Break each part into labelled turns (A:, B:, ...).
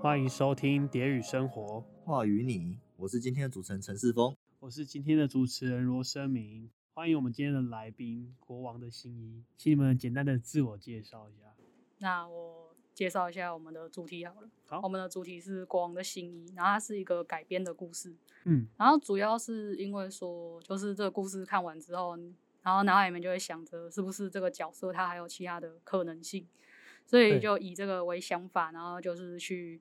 A: 欢迎收听《蝶语生活》，
B: 话与你，我是今天的主持人陈世峰。
A: 我是今天的主持人罗生明。欢迎我们今天的来宾，国王的新衣，请你们简单的自我介绍一下。
C: 那我介绍一下我们的主题好了。
A: 好
C: 我们的主题是《国王的新衣》，然后它是一个改编的故事。
A: 嗯，
C: 然后主要是因为说，就是这个故事看完之后，然后脑海里面就会想着，是不是这个角色他还有其他的可能性，所
A: 对
C: 以就以这个为想法，然后就是去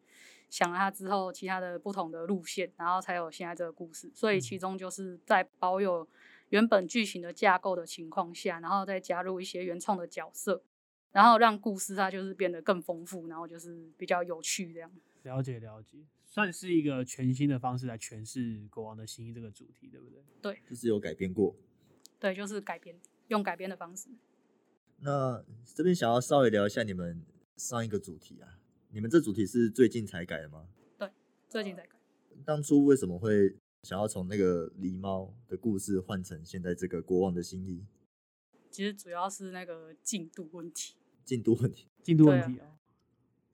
C: 想了他之后其他的不同的路线，然后才有现在这个故事。所以其中就是在保有原本剧情的架构的情况下，然后再加入一些原创的角色。然后让故事它就是变得更丰富，然后就是比较有趣这样。
A: 了解了解，算是一个全新的方式来诠释《国王的新衣》这个主题，对不对？
B: 就是有改变过。
C: 对，就是改编，用改编的方式。
B: 那这边想要稍微聊一下你们上一个主题啊，你们这主题是最近才改的吗？
C: 最近在改。
B: 当初为什么会想要从那个狸猫的故事换成现在这个国王的新衣
C: 其实主要是那个进度问题，
B: 进度问题？
A: 进度问
C: 对啊
A: 题哦。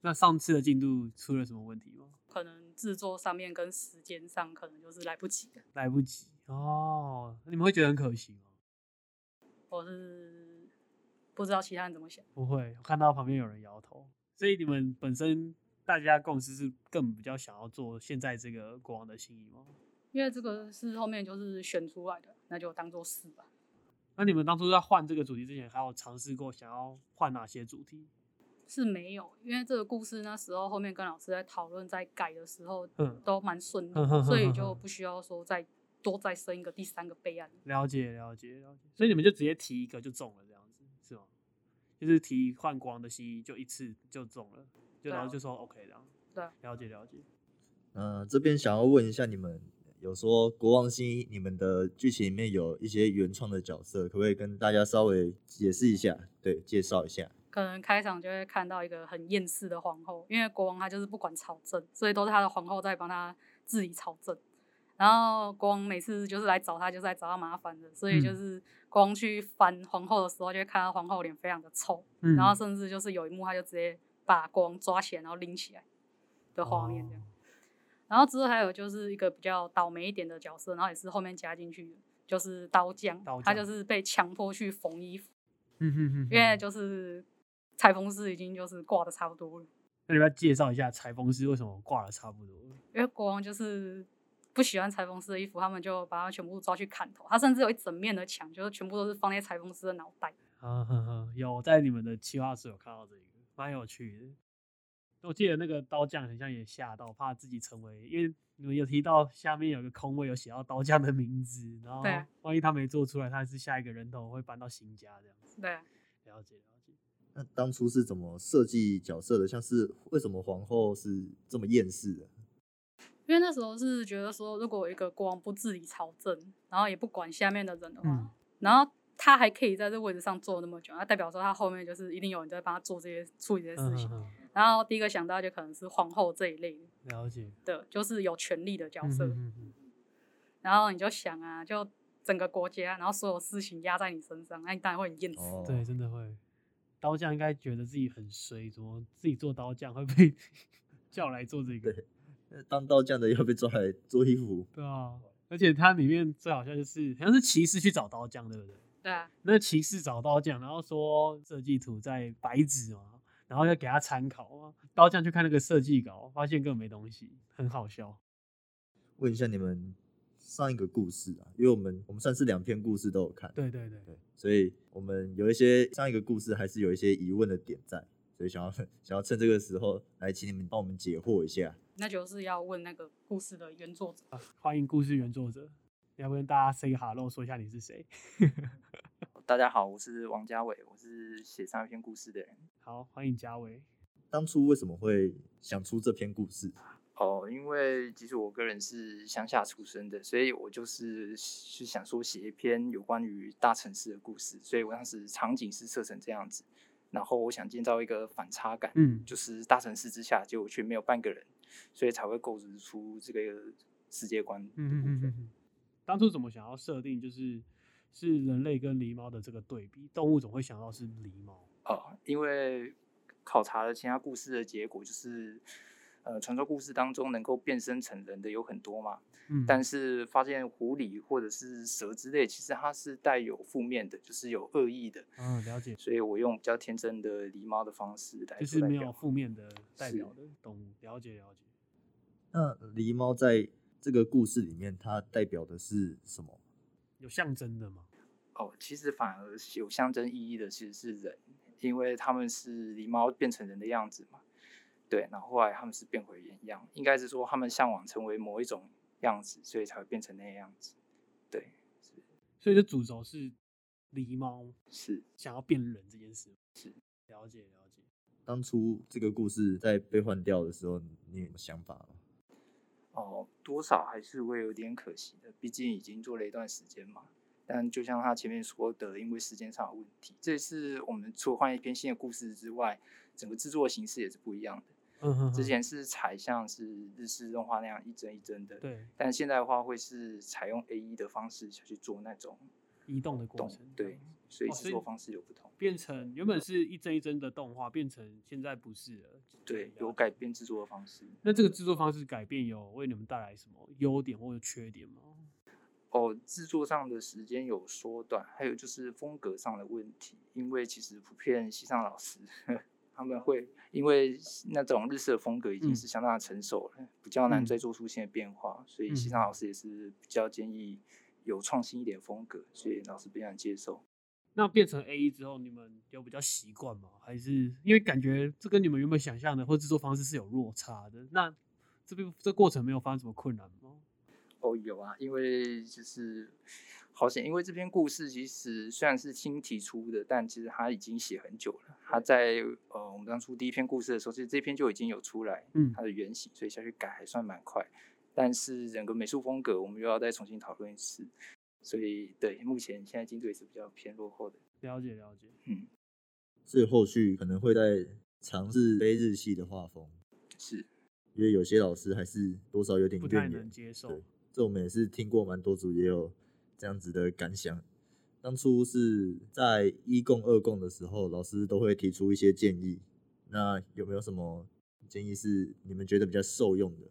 A: 那上次的进度出了什么问题吗？
C: 可能制作上面跟时间上可能就是来不及了，
A: 来不及哦，你们会觉得很可惜吗？
C: 我是不知道其他人怎么想。
A: 不会，我看到旁边有人摇头，所以你们本身大家共识是更比较想要做现在这个《国王的新衣》吗？
C: 因为这个是后面就是选出来的，那就当做是吧。
A: 那你们当初在换这个主题之前，还有尝试过想要换哪些主题？
C: 是没有，因为这个故事那时候后面跟老师在讨论在改的时候
A: 嗯，
C: 都蛮顺利
A: 哼哼哼
C: 的，所以
A: 哼
C: 就
A: 哼
C: 不需要说再多再生一个第三个备案。
A: 了解了解了解。所以你们就直接提一个就中了，这样子是吗？就是提换《国王的新衣》，就一次就中了，就
C: 对啊
A: 然后就说 OK 这样。
C: 对啊
A: 了解了解。
B: 嗯、这边想要问一下你们，有说国王新衣，你们的剧情里面有一些原创的角色，可不可以跟大家稍微解释一下？对，介绍一下。
C: 可能开场就会看到一个很厌世的皇后，因为国王他就是不管朝政，所以都是他的皇后在帮他治理朝政。然后国王每次就是来找他，就是来找他麻烦的，所以
A: 嗯
C: 就是国王去烦皇后的时候，就会看到皇后脸非常的臭，
A: 嗯
C: 然后甚至就是有一幕他就直接把国王抓起来，然后拎起来的画面
A: 哦
C: 这样。然后之后还有就是一个比较倒霉一点的角色，然后也是后面加进去的，就是刀匠，
A: 刀
C: 他
A: 匠
C: 就是被强迫去缝衣服。
A: 嗯哼哼，
C: 因为就是裁缝师已经就是挂的差不多了，
A: 那你们要介绍一下裁缝师为什么挂的差不多了？
C: 因为国王就是不喜欢裁缝师的衣服，他们就把它全部抓去砍头，他甚至有一整面的墙，就是全部都是放在裁缝师的脑袋。
A: 啊呵呵，有我在你们的企划室有看到这个，蛮有趣的。我记得那个刀匠好像也吓到，怕自己成为，因为你们有提到下面有个空位，有写到刀匠的名字，然后
C: 对啊
A: 万一他没做出来，他是下一个人头会搬到新家这样子。
C: 对，
A: 了解了解。
B: 那当初是怎么设计角色的？像是为什么皇后是这么厌世的？
C: 因为那时候是觉得说，如果一个国王不治理朝政，然后也不管下面的人的话，
A: 嗯
C: 然后他还可以在这位置上坐那么久，那代表说他后面就是一定有人在帮他做这些处理这些
A: 嗯
C: 事情。
A: 嗯嗯，
C: 然后第一个想到就可能是皇后这一类
A: 了解。
C: 的，就是有权力的角
A: 嗯
C: 色。
A: 哼哼哼
C: 然后你就想啊，就整个国家，然后所有事情压在你身上，那你当然会很厌世。
B: 哦
A: 对，真的会。刀匠应该觉得自己很衰，怎么自己做刀匠会被 叫来做这个？
B: 那呃当刀匠的要被抓来做衣服，
A: 对啊，而且它里面最好笑就是，好像是骑士去找刀匠，对不对？
C: 对啊，
A: 那骑士找刀匠，然后说设计图在白纸嘛，然后要给他参考嘛。刀匠去看那个设计稿，发现根本没东西，很好笑。
B: 问一下你们上一个故事啊，因为我们我们算是两篇故事都有看，
A: 对对对，
B: 对，所以我们有一些上一个故事还是有一些疑问的点在，所以想要想要趁这个时候来请你们帮我们解惑一下。
C: 那就是要问那个故事的原作者。
A: 啊欢迎故事原作者，你要不跟大家 say hello，说一下你是谁？
D: 大家好，我是王家伟，我是写上一篇故事的人。
A: 好，欢迎嘉伟。
B: 当初为什么会想出这篇故事？
D: 哦，因为其实我个人是乡下出生的，所以我就是是想说写一篇有关于大城市的故事，所以我当时场景是设成这样子，然后我想建造一个反差感，
A: 嗯，
D: 就是大城市之下，结果却没有半个人，所以才会构筑出这个世界观的部
A: 嗯嗯嗯
D: 分。
A: 嗯， 当初怎么想要设定就是是人类跟狸猫的这个对比，动物总会想到是狸猫。
D: 哦，因为考察了其他故事的结果，就是呃传说故事当中能够变身成人的有很多嘛，
A: 嗯，
D: 但是发现狐狸或者是蛇之类，其实它是带有负面的，就是有恶意的，
A: 嗯，了解，
D: 所以我用比较天真的狸猫的方式来
A: 就是
D: 做代
A: 没
D: 表
A: 有。负面的代
D: 是
A: 表的，懂了解了解。
B: 那狸猫在这个故事里面，它代表的是什么？
A: 有象征的吗？
D: 哦，其实反而是有象征意义的其实是人，因为他们是狸猫变成人的样子嘛。对，然后后来他们是变回原样，应该是说他们向往成为某一种样子，所以才会变成那个样子。对，
A: 所以这主轴是狸猫
D: 是
A: 想要变人这件事。
D: 是，
A: 了解了解。
B: 当初这个故事在被换掉的时候，你有什么想法吗？
D: 哦，多少还是会有点可惜的，毕竟已经做了一段时间嘛。但就像他前面说的，因为时间上的问题，这次我们除了换一篇新的故事之外，整个制作形式也是不一样的。
A: 嗯哼哼，
D: 之前是采像是日式动画那样一帧一帧的，
A: 对
D: 但现在的话会是采用 A E 的方式下去做那种
A: 移动的过
D: 动
A: 程，这
D: 对
A: 样子，
D: 所以
A: 哦
D: 制作方式有不同，
A: 变成原本是一帧一帧的动画，变成现在不是了。
D: 对，
A: 有
D: 有改变制作的方式。
A: 那这个制作方式改变有为你们带来什么优点或者缺点吗？
D: 哦，制作上的时间有缩短，还有就是风格上的问题，因为其实普遍西藏老师 他们会因为那种日式的风格已经
A: 嗯
D: 是相当的成熟了，比较难
A: 嗯
D: 再做出新的变化，所以
A: 嗯
D: 西藏老师也是比较建议有创新一点的风格，所以老师比较能接受。
A: 那变成 A 一之后，你们有比较习惯吗？还是因为感觉这跟你们原本想象的或制作方式是有落差的？那这边这过程没有发生什么困难吗？
D: 哦，有啊，因为就是好险，因为这篇故事其实虽然是新提出的，但其实他已经写很久了。他在呃，我们当初第一篇故事的时候，其实这篇就已经有出来
A: 嗯
D: 它的原型，所以下去改还算蛮快。但是整个美术风格，我们又要再重新讨论一次，所以对目前现在进度也是比较偏落后的。
A: 了解了解，
B: 所以后续可能会在尝试非日系的画风，
D: 是
B: 因为有些老师还是多少有点
A: 不
B: 怨
A: 太
B: 言。
A: 能接受
B: 对。这我们也是听过蛮多组也有这样子的感想。当初是在一供二供的时候，老师都会提出一些建议。那有没有什么建议是你们觉得比较受用的？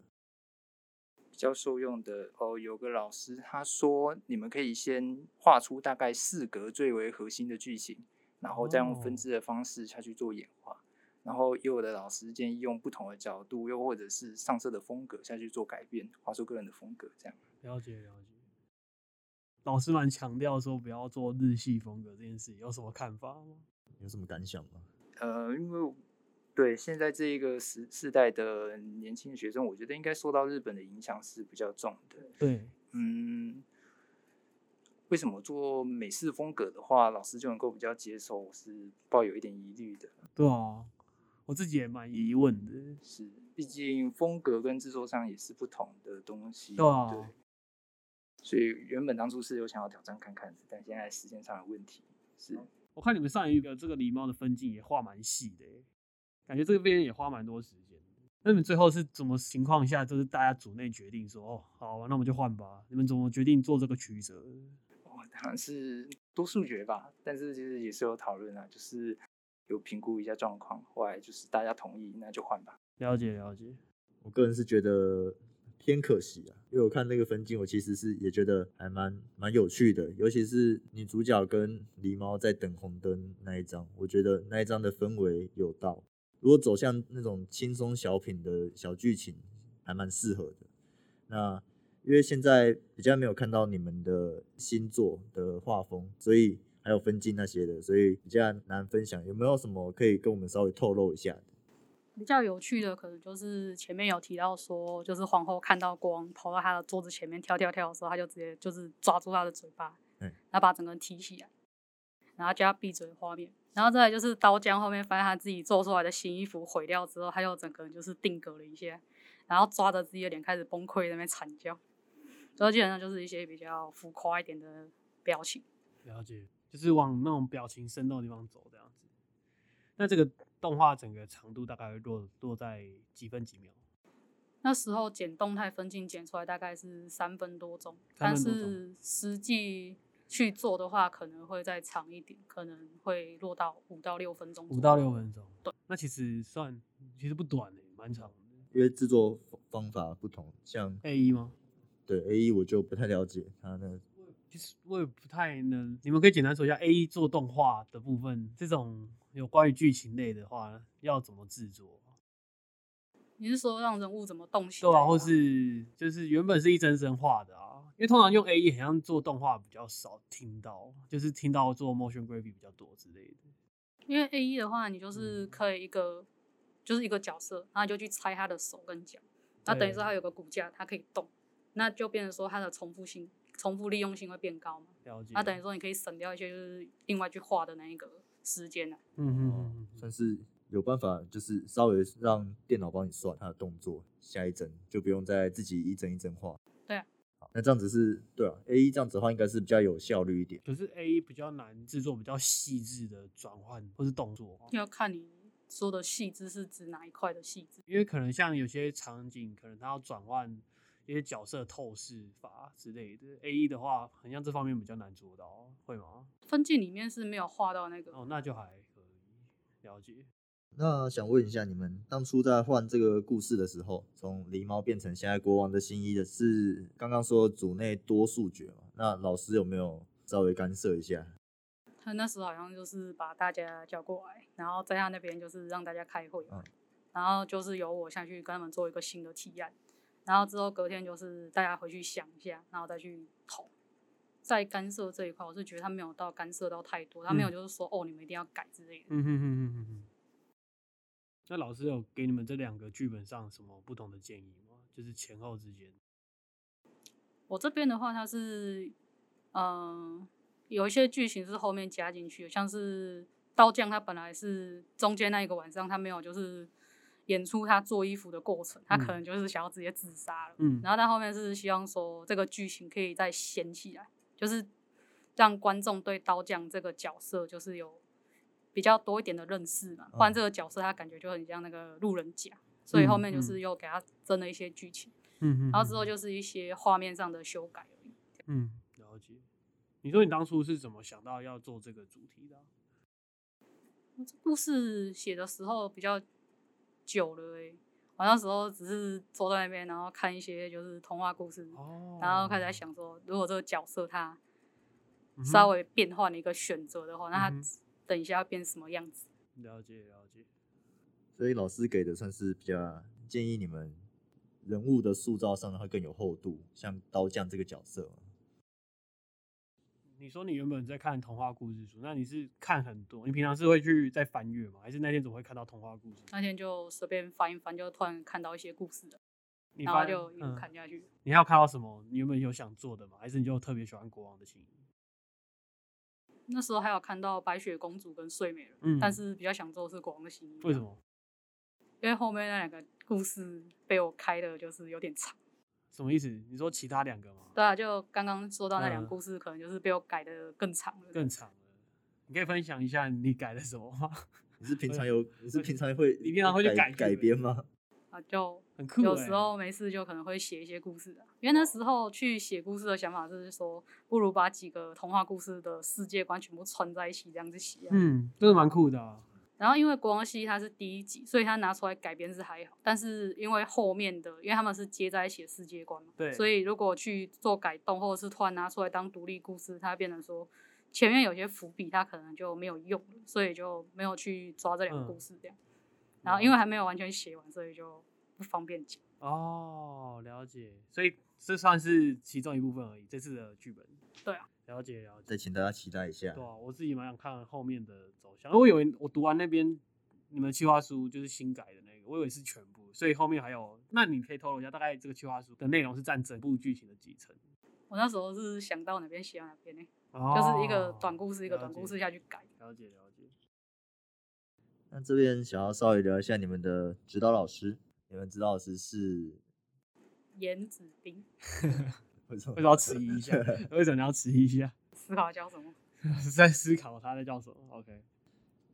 D: 比较受用的哦。有个老师他说，你们可以先画出大概四格最为核心的剧情，然后再用
A: 哦
D: 分支的方式下去做演化。然后也有的老师建议用不同的角度，又或者是上色的风格下去做改变，画出个人的风格。这样
A: 了解了解。老师蛮强调说不要做日系风格这件事，有什么看法吗？
B: 有什么感想吗？
D: 呃，因为我对现在这一个时世代的年轻学生，我觉得应该受到日本的影响是比较重的。
A: 对，
D: 嗯，为什么做美式风格的话，老师就能够比较接受？我是抱有一点疑虑的，
A: 对啊，我自己也蛮疑问的。
D: 是，毕竟风格跟制作上也是不同的东西，
A: 对啊
D: 所以原本当初是有想要挑战看看的，但现在时间上的问题是，
A: 我看你们上一个这个狸猫的分镜也画蛮细的耶，感觉这个边也花蛮多时间的。那你们最后是怎么情况下，就是大家组内决定说，哦，好、啊，那我们就换吧？你们怎么决定做这个曲折？
D: 哦，当然是多数决吧，但是其实也是有讨论啊，就是有评估一下状况，后来就是大家同意，那就换吧。
A: 了解了解，
B: 我个人是觉得偏可惜啊，因为我看那个分镜，我其实是也觉得还蛮蛮有趣的，尤其是女主角跟狸猫在等红灯那一张，我觉得那一张的氛围有到。如果走向那种轻松小品的小剧情，还蛮适合的。那因为现在比较没有看到你们的新作的画风，所以还有分镜那些的，所以比较难分享。有没有什么可以跟我们稍微透露一下的？
C: 比较有趣的可能就是前面有提到说，就是皇后看到光跑到她的桌子前面跳跳跳的时候，她就直接就是抓住她的嘴巴，
B: 嗯
C: 然后把整个人提起来，然后叫她闭嘴的画面。然后再来就是刀匠后面发现他自己做出来的新衣服毁掉之后，他就整个人就是定格了一下，然后抓着自己的脸开始崩溃，在那边惨叫。然后基本上就是一些比较浮夸一点的表情。
A: 了解，就是往那种表情生动的地方走这样子。那这个动画整个长度大概会落落在几分几秒？
C: 那时候剪动态分镜剪出来大概是三分多钟，
A: 三
C: 但
A: 分多钟
C: 是实际去做的话可能会再长一点，可能会落到五到六分钟。
A: 五到六。分钟，对，那其实算其实不短诶、蛮长的。
B: 因为制作方法不同，像
A: A 一吗？
B: 对 A E 我就不太了解它那
A: 其实我也不太能，你们可以简单说一下 A 一做动画的部分，这种有关于剧情类的话，要怎么制作？啊
C: 你是说让人物怎么动起来
A: 对
C: 吗？
A: 啊，或是就是原本是一帧帧画的啊，因为通常用 A E 好像做动画比较少听到，就是听到做 motion graphic 比较多之类的。
C: 因为 A E 的话，你就是
A: 嗯
C: 可以一个、就是一个角色，然后你就去猜他的手跟脚，那等于说
A: 对
C: 他有个骨架，它可以动，那就变成说它的重复性、重复利用性会变高嘛。
A: 了解。
C: 那啊等于说你可以省掉一些就是另外去画的那一个时间啊。
A: 嗯嗯
B: 哦
A: 嗯嗯，
B: 算是有办法，就是稍微让电脑帮你算它的动作，下一帧就不用再自己一帧一帧画。
C: 对啊
B: 好，那这样子是对啊，A E 这样子的话应该是比较有效率一点。
A: 可是 A E 比较难制作比较细致的转换或是动作，哦
C: 要看你说的细致是指哪一块的细致。
A: 因为可能像有些场景，可能它要转换一些角色透视法之类的，A E 的话，很像这方面比较难做到，哦会吗？
C: 分镜里面是没有画到那个，
A: 哦，那就还可以了解。
B: 那想问一下，你们当初在换这个故事的时候，从狸猫变成现在国王的新衣的是刚刚说组内多数决嘛？那老师有没有稍微干涉一下？
C: 他那时候好像就是把大家叫过来，然后在他那边就是让大家开会嘛，
B: 嗯
C: 然后就是由我下去跟他们做一个新的提案，然后之后隔天就是大家回去想一下，然后再去投。在干涉这一块，我是觉得他没有到干涉到太多，他没有
A: 嗯
C: 就是说、哦你们一定要改之类的。
A: 嗯哼哼哼哼哼。那老师有给你们这两个剧本上什么不同的建议吗？就是前后之间。
C: 我这边的话，它是嗯、呃有一些剧情是后面加进去的，像是刀匠他本来是中间那一个晚上他没有就是演出他做衣服的过程，他
A: 嗯
C: 可能就是想要直接自杀了。
A: 嗯
C: 然后他后面是希望说这个剧情可以再掀起来，就是让观众对刀匠这个角色就是有比较多一点的认识嘛，不然
B: 嗯
C: 这个角色他感觉就很像那个路人甲，所以后
A: 哦嗯
C: 面就
A: 嗯
C: 是又给他增了一些剧情，
A: 嗯哼
C: 然后之后就是一些画面上的修改而已。
A: 嗯了解。你说你当初是怎么想到要做这个主题的啊、
C: 我这故事写的时候比较久了诶、我那时候只是坐在那边，然后看一些就是童话故事，
A: 哦
C: 然后开始在想说，如果这个角色他
A: 嗯哼
C: 稍微变换了一个选择的话，那
A: 嗯
C: 他
A: 哼
C: 等一下要变什么样子？
A: 了解了解。
B: 所以老师给的算是比较建议你们人物的塑造上的话更有厚度，像刀匠这个角色嘛，
A: 你说你原本在看童话故事书，那你是看很多？你平常是会去再翻阅吗？还是那天总会看到童话故事？
C: 那天就随便翻一翻，就突然看到一些故事了，
A: 你
C: 然后
A: 翻
C: 就一路
A: 嗯
C: 看下去。
A: 你还有看到什么？你原本有想做的吗？还是你就特别喜欢国王的情谊？
C: 那时候还有看到白雪公主跟睡美人，
A: 嗯
C: 但是比较想做的是国王的新衣。啊
A: 为什？么？
C: 因为后面那两个故事被我开的就是有点长。
A: 什么意思？你说其他两个吗？
C: 对啊，就刚刚说到那
A: 嗯
C: 两个故事，可能就是被我改的更长了。
A: 更长了，你可以分享一下你改了什么吗？
B: 你是平常有你是平常会
A: 你平常会去改
B: 改
A: 剧本
B: 编吗？
C: 啊，就
A: 很酷、欸。
C: 有时候没事就可能会写一些故事啊。因为那时候去写故事的想法是说，不如把几个童话故事的世界观全部串在一起这样子写、啊。
A: 嗯，真的蛮酷的啊、
C: 然后因为国王西它是第一集，所以它拿出来改编是还好，但是因为后面的，因为他们是接在一起的世界观嘛，
A: 对
C: 所以如果去做改动，或者是突然拿出来当独立故事，它变成说前面有些伏笔，它可能就没有用了，所以就没有去抓这两个
A: 嗯
C: 故事这样。然后因为还没有完全写完，所以就不方便讲。
A: 哦，了解。所以这算是其中一部分而已，这次的剧本。
C: 对啊，
A: 了解了解
B: 再。请大家期待一下
A: 对。啊，我自己蛮想看后面的走向。我以为我读完那边你们计划书就是新改的那个，我以为是全部，所以后面还有。那你可以透露一下，大概这个计划书的内容是占整部剧情的几成？
C: 我那时候是想到哪边写到哪边呢、
A: 哦
C: 就是一个短故事一个
A: 了
C: 短故
A: 解
C: 事下去改。
A: 了解了解。
B: 那这边想要稍微聊一下你们的指导老师，你们指导老师是
C: 颜子冰，
B: 为什
A: 为什
B: 么
A: 么要迟疑一下？ 为什么你要迟疑一下？
C: 思考叫什么？
A: 是在思考他在叫什么？OK，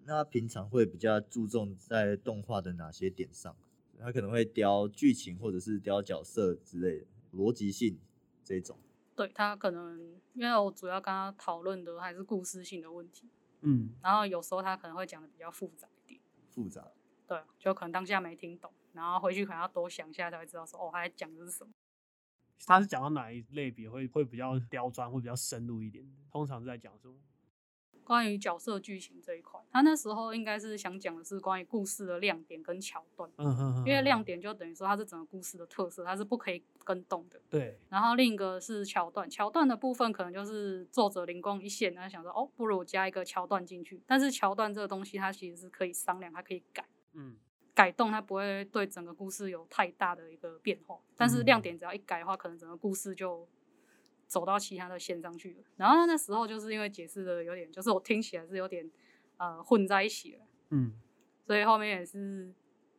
B: 那他平常会比较注重在动画的哪些点上？他可能会雕剧情，或者是雕角色之类的逻辑性这种。
C: 对他可能，因为我主要跟他讨论的还是故事性的问题，
A: 嗯，
C: 然后有时候他可能会讲的比较复杂一点，
B: 复杂，
C: 对，啊就可能当下没听懂，然后回去可能要多想一下才会知道说哦，他在讲的是什么。
A: 他是讲到哪一类别会会比较刁钻，会比较深入一点？通常是在讲什么？
C: 关于角色剧情这一块，他那时候应该是想讲的是关于故事的亮点跟桥段，
A: 嗯哼哼，
C: 因为亮点就等于说它是整个故事的特色，它是不可以跟动的。
A: 对，
C: 然后另一个是桥段，桥段的部分可能就是作者灵光一现，他想说哦，不如我加一个桥段进去。但是桥段这个东西，它其实是可以商量，它可以改
A: 嗯，
C: 改动，它不会对整个故事有太大的一个变化。但是嗯亮点只要一改的话，可能整个故事就走到其他的线上去了。然后他那时候就是因为解释的有点，就是我听起来是有点呃混在一起了，
A: 嗯，
C: 所以后面也是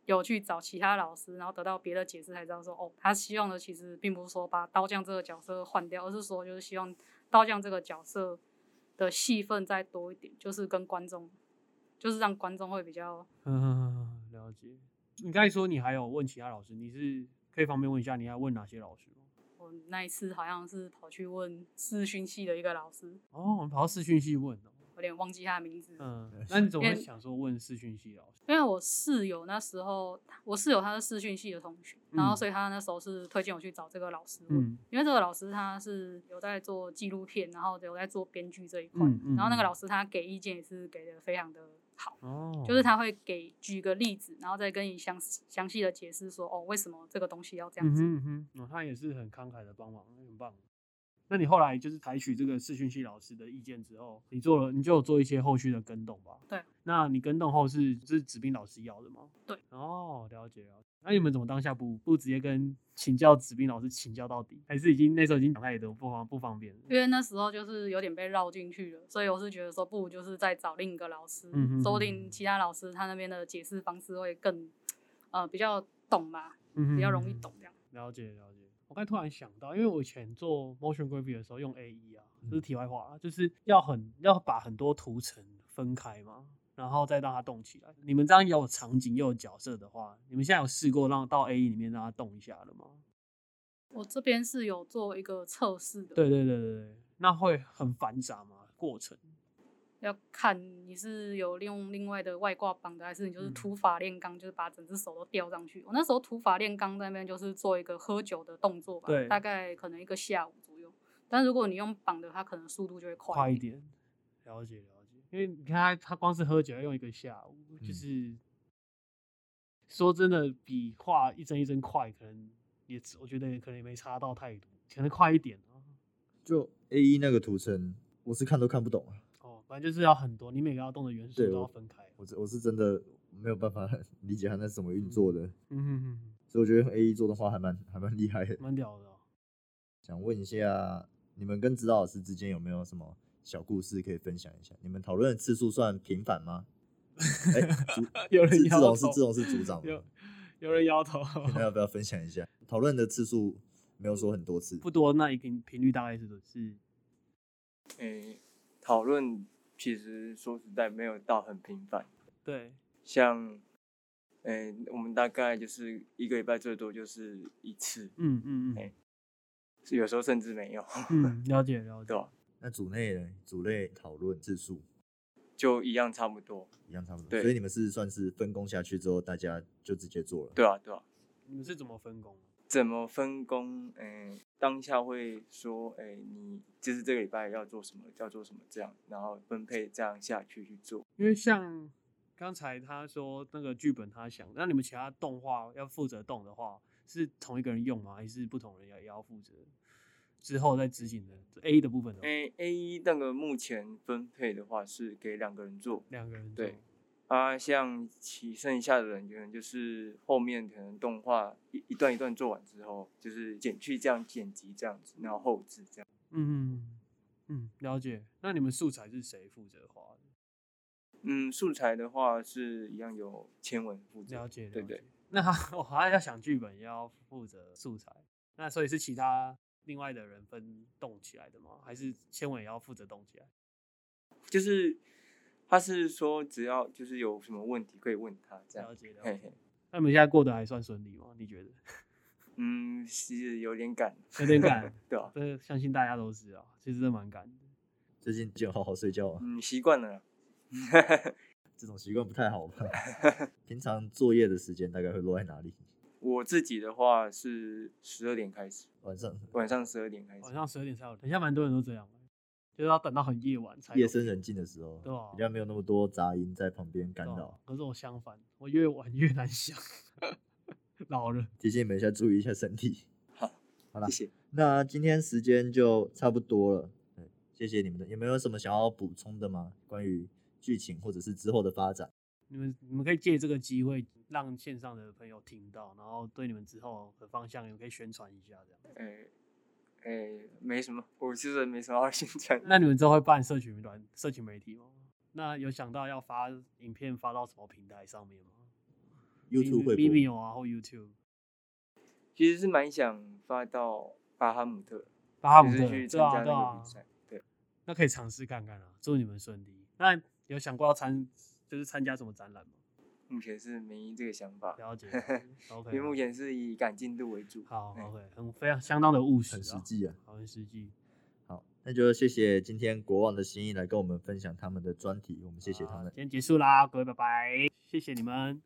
C: 有去找其他老师，然后得到别的解释才知道说，哦，他希望的其实并不是说把刀匠这个角色换掉，而是说就是希望刀匠这个角色的戏份再多一点，就是跟观众，就是让观众会比较
A: 哼哼哼哼嗯了解。你刚才说你还有问其他老师，你是可以方便问一下，你还问哪些老师吗？
C: 我那一次好像是跑去问视讯系的一个老师，
A: 哦，我们跑到视讯系问哦。
C: 有点忘记他的名字，
A: 嗯，那你怎么会
C: 因为
A: 想说问视讯系老师？
C: 因为我室友那时候，我室友他是视讯系的同学，然后所以他那时候是推荐我去找这个老师问，
A: 嗯
C: 因为这个老师他是有在做纪录片，然后有在做编剧这一块，
A: 嗯嗯
C: 然后那个
A: 嗯
C: 老师他给意见也是给的非常的好，
A: 哦，
C: 就是他会给举个例子，然后再跟你详详细的解释说哦为什么这个东西要这样
A: 嗯
C: 子。
A: 哼嗯哼，哦，他也是很慷慨的帮忙，很棒。那你后来就是采取这个视讯系老师的意见之后，你做了，你就有做一些后续的跟动吧？
C: 对。
A: 那你跟动后是是指斌老师要的吗？
C: 对。
A: 哦，了解了解。那你们怎么当下不不直接跟请教指斌老师请教到底？还是已经那时候已经讲太多不方不方便了？
C: 因为那时候就是有点被绕进去了，所以我是觉得说，不如就是再找另一个老师，
A: 嗯哼
C: 说不
A: 嗯
C: 定其他老师他那边的解释方式会更，呃，比较懂吧，
A: 嗯
C: 比较容易懂
A: 哼
C: 这样。
A: 了解了解。我刚才突然想到，因为我以前做 motion graphic 的时候用 A E 啊，这是题外话啊，就是要很要把很多图层分开嘛，然后再让它动起来。你们这样有场景又有角色的话，你们现在有试过让到 A E 里面让它动一下了吗？
C: 我这边是有做一个测试的，
A: 对对对对对，那会很繁杂吗？过程？
C: 要看你是有利用另外的外挂绑的，还是你就是
A: 嗯
C: 土法炼钢，就是把整只手都吊上去。我那时候土法炼钢那边就是做一个喝酒的动作吧
A: 对，
C: 大概可能一个下午左右。但如果你用绑的，它可能速度就会快
A: 快一
C: 一点。
A: 点，了解了解。因为你看他，他光是喝酒要用一个下午，就
B: 嗯
A: 是、说真的，比画一帧一帧快，可能也只我觉得可能也没差到太多，可能快一点啊。
B: 就 A 一那个图层，我是看都看不懂啊，
A: 哦，反正就是要很多，你每个要动的元素
B: 对
A: 都要
B: 我
A: 分开。啊
B: 我是我是真的没有办法 理解它那是怎么运作的，
A: 嗯哼哼
B: 所以我觉得用 A 一做的话还蛮还蛮厉害的
A: 哼，。蛮屌的哦、
B: 想问一下，你们跟指导老师之间有没有什么小故事可以分享一下？你们讨论的次数算频繁吗？哎、组
A: 有人
B: 自自
A: 摇
B: 动是
A: 头
B: 自动是组 长吗
A: 有？有人摇头，哦
B: 你们要不要分享一下？讨论的次数没有说很多次，
A: 不多，那一个频率大概是是
E: 诶、讨论其实说实在没有到很频繁，
A: 对，
E: 像，诶、我们大概就是一个礼拜最多就是一次，
A: 嗯嗯嗯
E: 哎有时候甚至没有，
A: 嗯，了解了解
E: 对。啊吧？
B: 那组内呢？组内讨论次数
E: 就一样差不多，
B: 一样差不多，
E: 对
B: 所以你们是算是分工下去之后，大家就直接做了。
E: 对啊，对啊。
A: 你们是怎么分工？啊
E: 怎么分工？诶、当下会说，诶、你就是这个礼拜要做什么，要做什么这样，然后分配这样下去去做。
A: 因为像刚才他说那个剧本他想，那你们其他动画要负责动的话，是同一个人用吗？还是不同人也也要负责？之后再执行的 A 的部分的话
E: 诶、a 一那个目前分配的话是给两个人做，
A: 两个人
E: 对
A: 做
E: 啊，像其剩下的人可能就是后面可能动画一一段一段做完之后，就是剪去这样剪辑这样子，然后后置这样。
A: 嗯嗯，了解。那你们素材是谁负责画的？
E: 嗯，素材的话是一样有千文负责，
A: 了解，
E: 对
A: 了
E: 对
A: 解。那他我还要想剧本，也要负责素材，那所以是其他另外的人分动起来的吗？还是千伟也要负责动起来？
E: 就是他是说只要就是有什么问题可以问他这样
A: 了。解了
E: 嘿
A: 解
E: 嘿。，
A: 那你们现在过得还算顺利吗？你觉得？
E: 嗯，是有点赶，
A: 有点 赶，
E: 对吧、
A: 这相信大家都是啊，其实真蛮赶的。
B: 最近就好好睡觉啊。
E: 嗯，习惯了啦。
B: 这种习惯不太好吧？ 平常作业的时间大概会落在哪里？
D: 我自己的话是十二点开始，
B: 晚上
D: 晚上十二点开始。
A: 晚上十二点才有，好像蛮多人都这样，就是要等到很夜晚才有
B: 夜深人静的时候，
A: 对啊
B: 比较没有那么多杂音在旁边干
A: 对啊
B: 扰。
A: 可是我相反，我越晚越难想， 老了。
B: 提醒你们一下，注意一下身体。好啦
D: 谢谢。
B: 那今天时间就差不多了，对谢谢你们的，有没有什么想要补充的吗？关于剧情或者是之后的发展？
A: 你们你们可以借这个机会让线上的朋友听到，然后对你们之后的方向也可以宣传一下，这样。
D: 哎哎，没什么，我其实没 什么好宣传。
A: 那你们之后会办社群软社群媒体吗？那有想到要发影片发到什么平台上面吗
B: YouTube 会
A: v i
B: 播
A: v 啊，或 YouTube。
D: 其实是蛮想发到巴哈姆特，
A: 巴哈
D: 就
A: 姆
D: 是
A: 特，
D: 去
A: 对啊对
D: 参加那个
A: 啊
D: 比，赛。对，
A: 那可以尝试看看啊，祝你们顺利。那有想过要参就是参加什么展览吗？
D: 目前是没这个想法，
A: 了 解，OK，啊
D: 因为目前是以赶进度为主。
A: 好
D: 哎
A: OK，很非常相当的务实、啊，
B: 很实际啊。
A: 好，很实际。
B: 好，那就谢谢今天国王的心意来跟我们分享他们的专题，我们谢谢他
A: 好
B: 们
A: 今。天结束啦，各位拜拜，谢谢你们。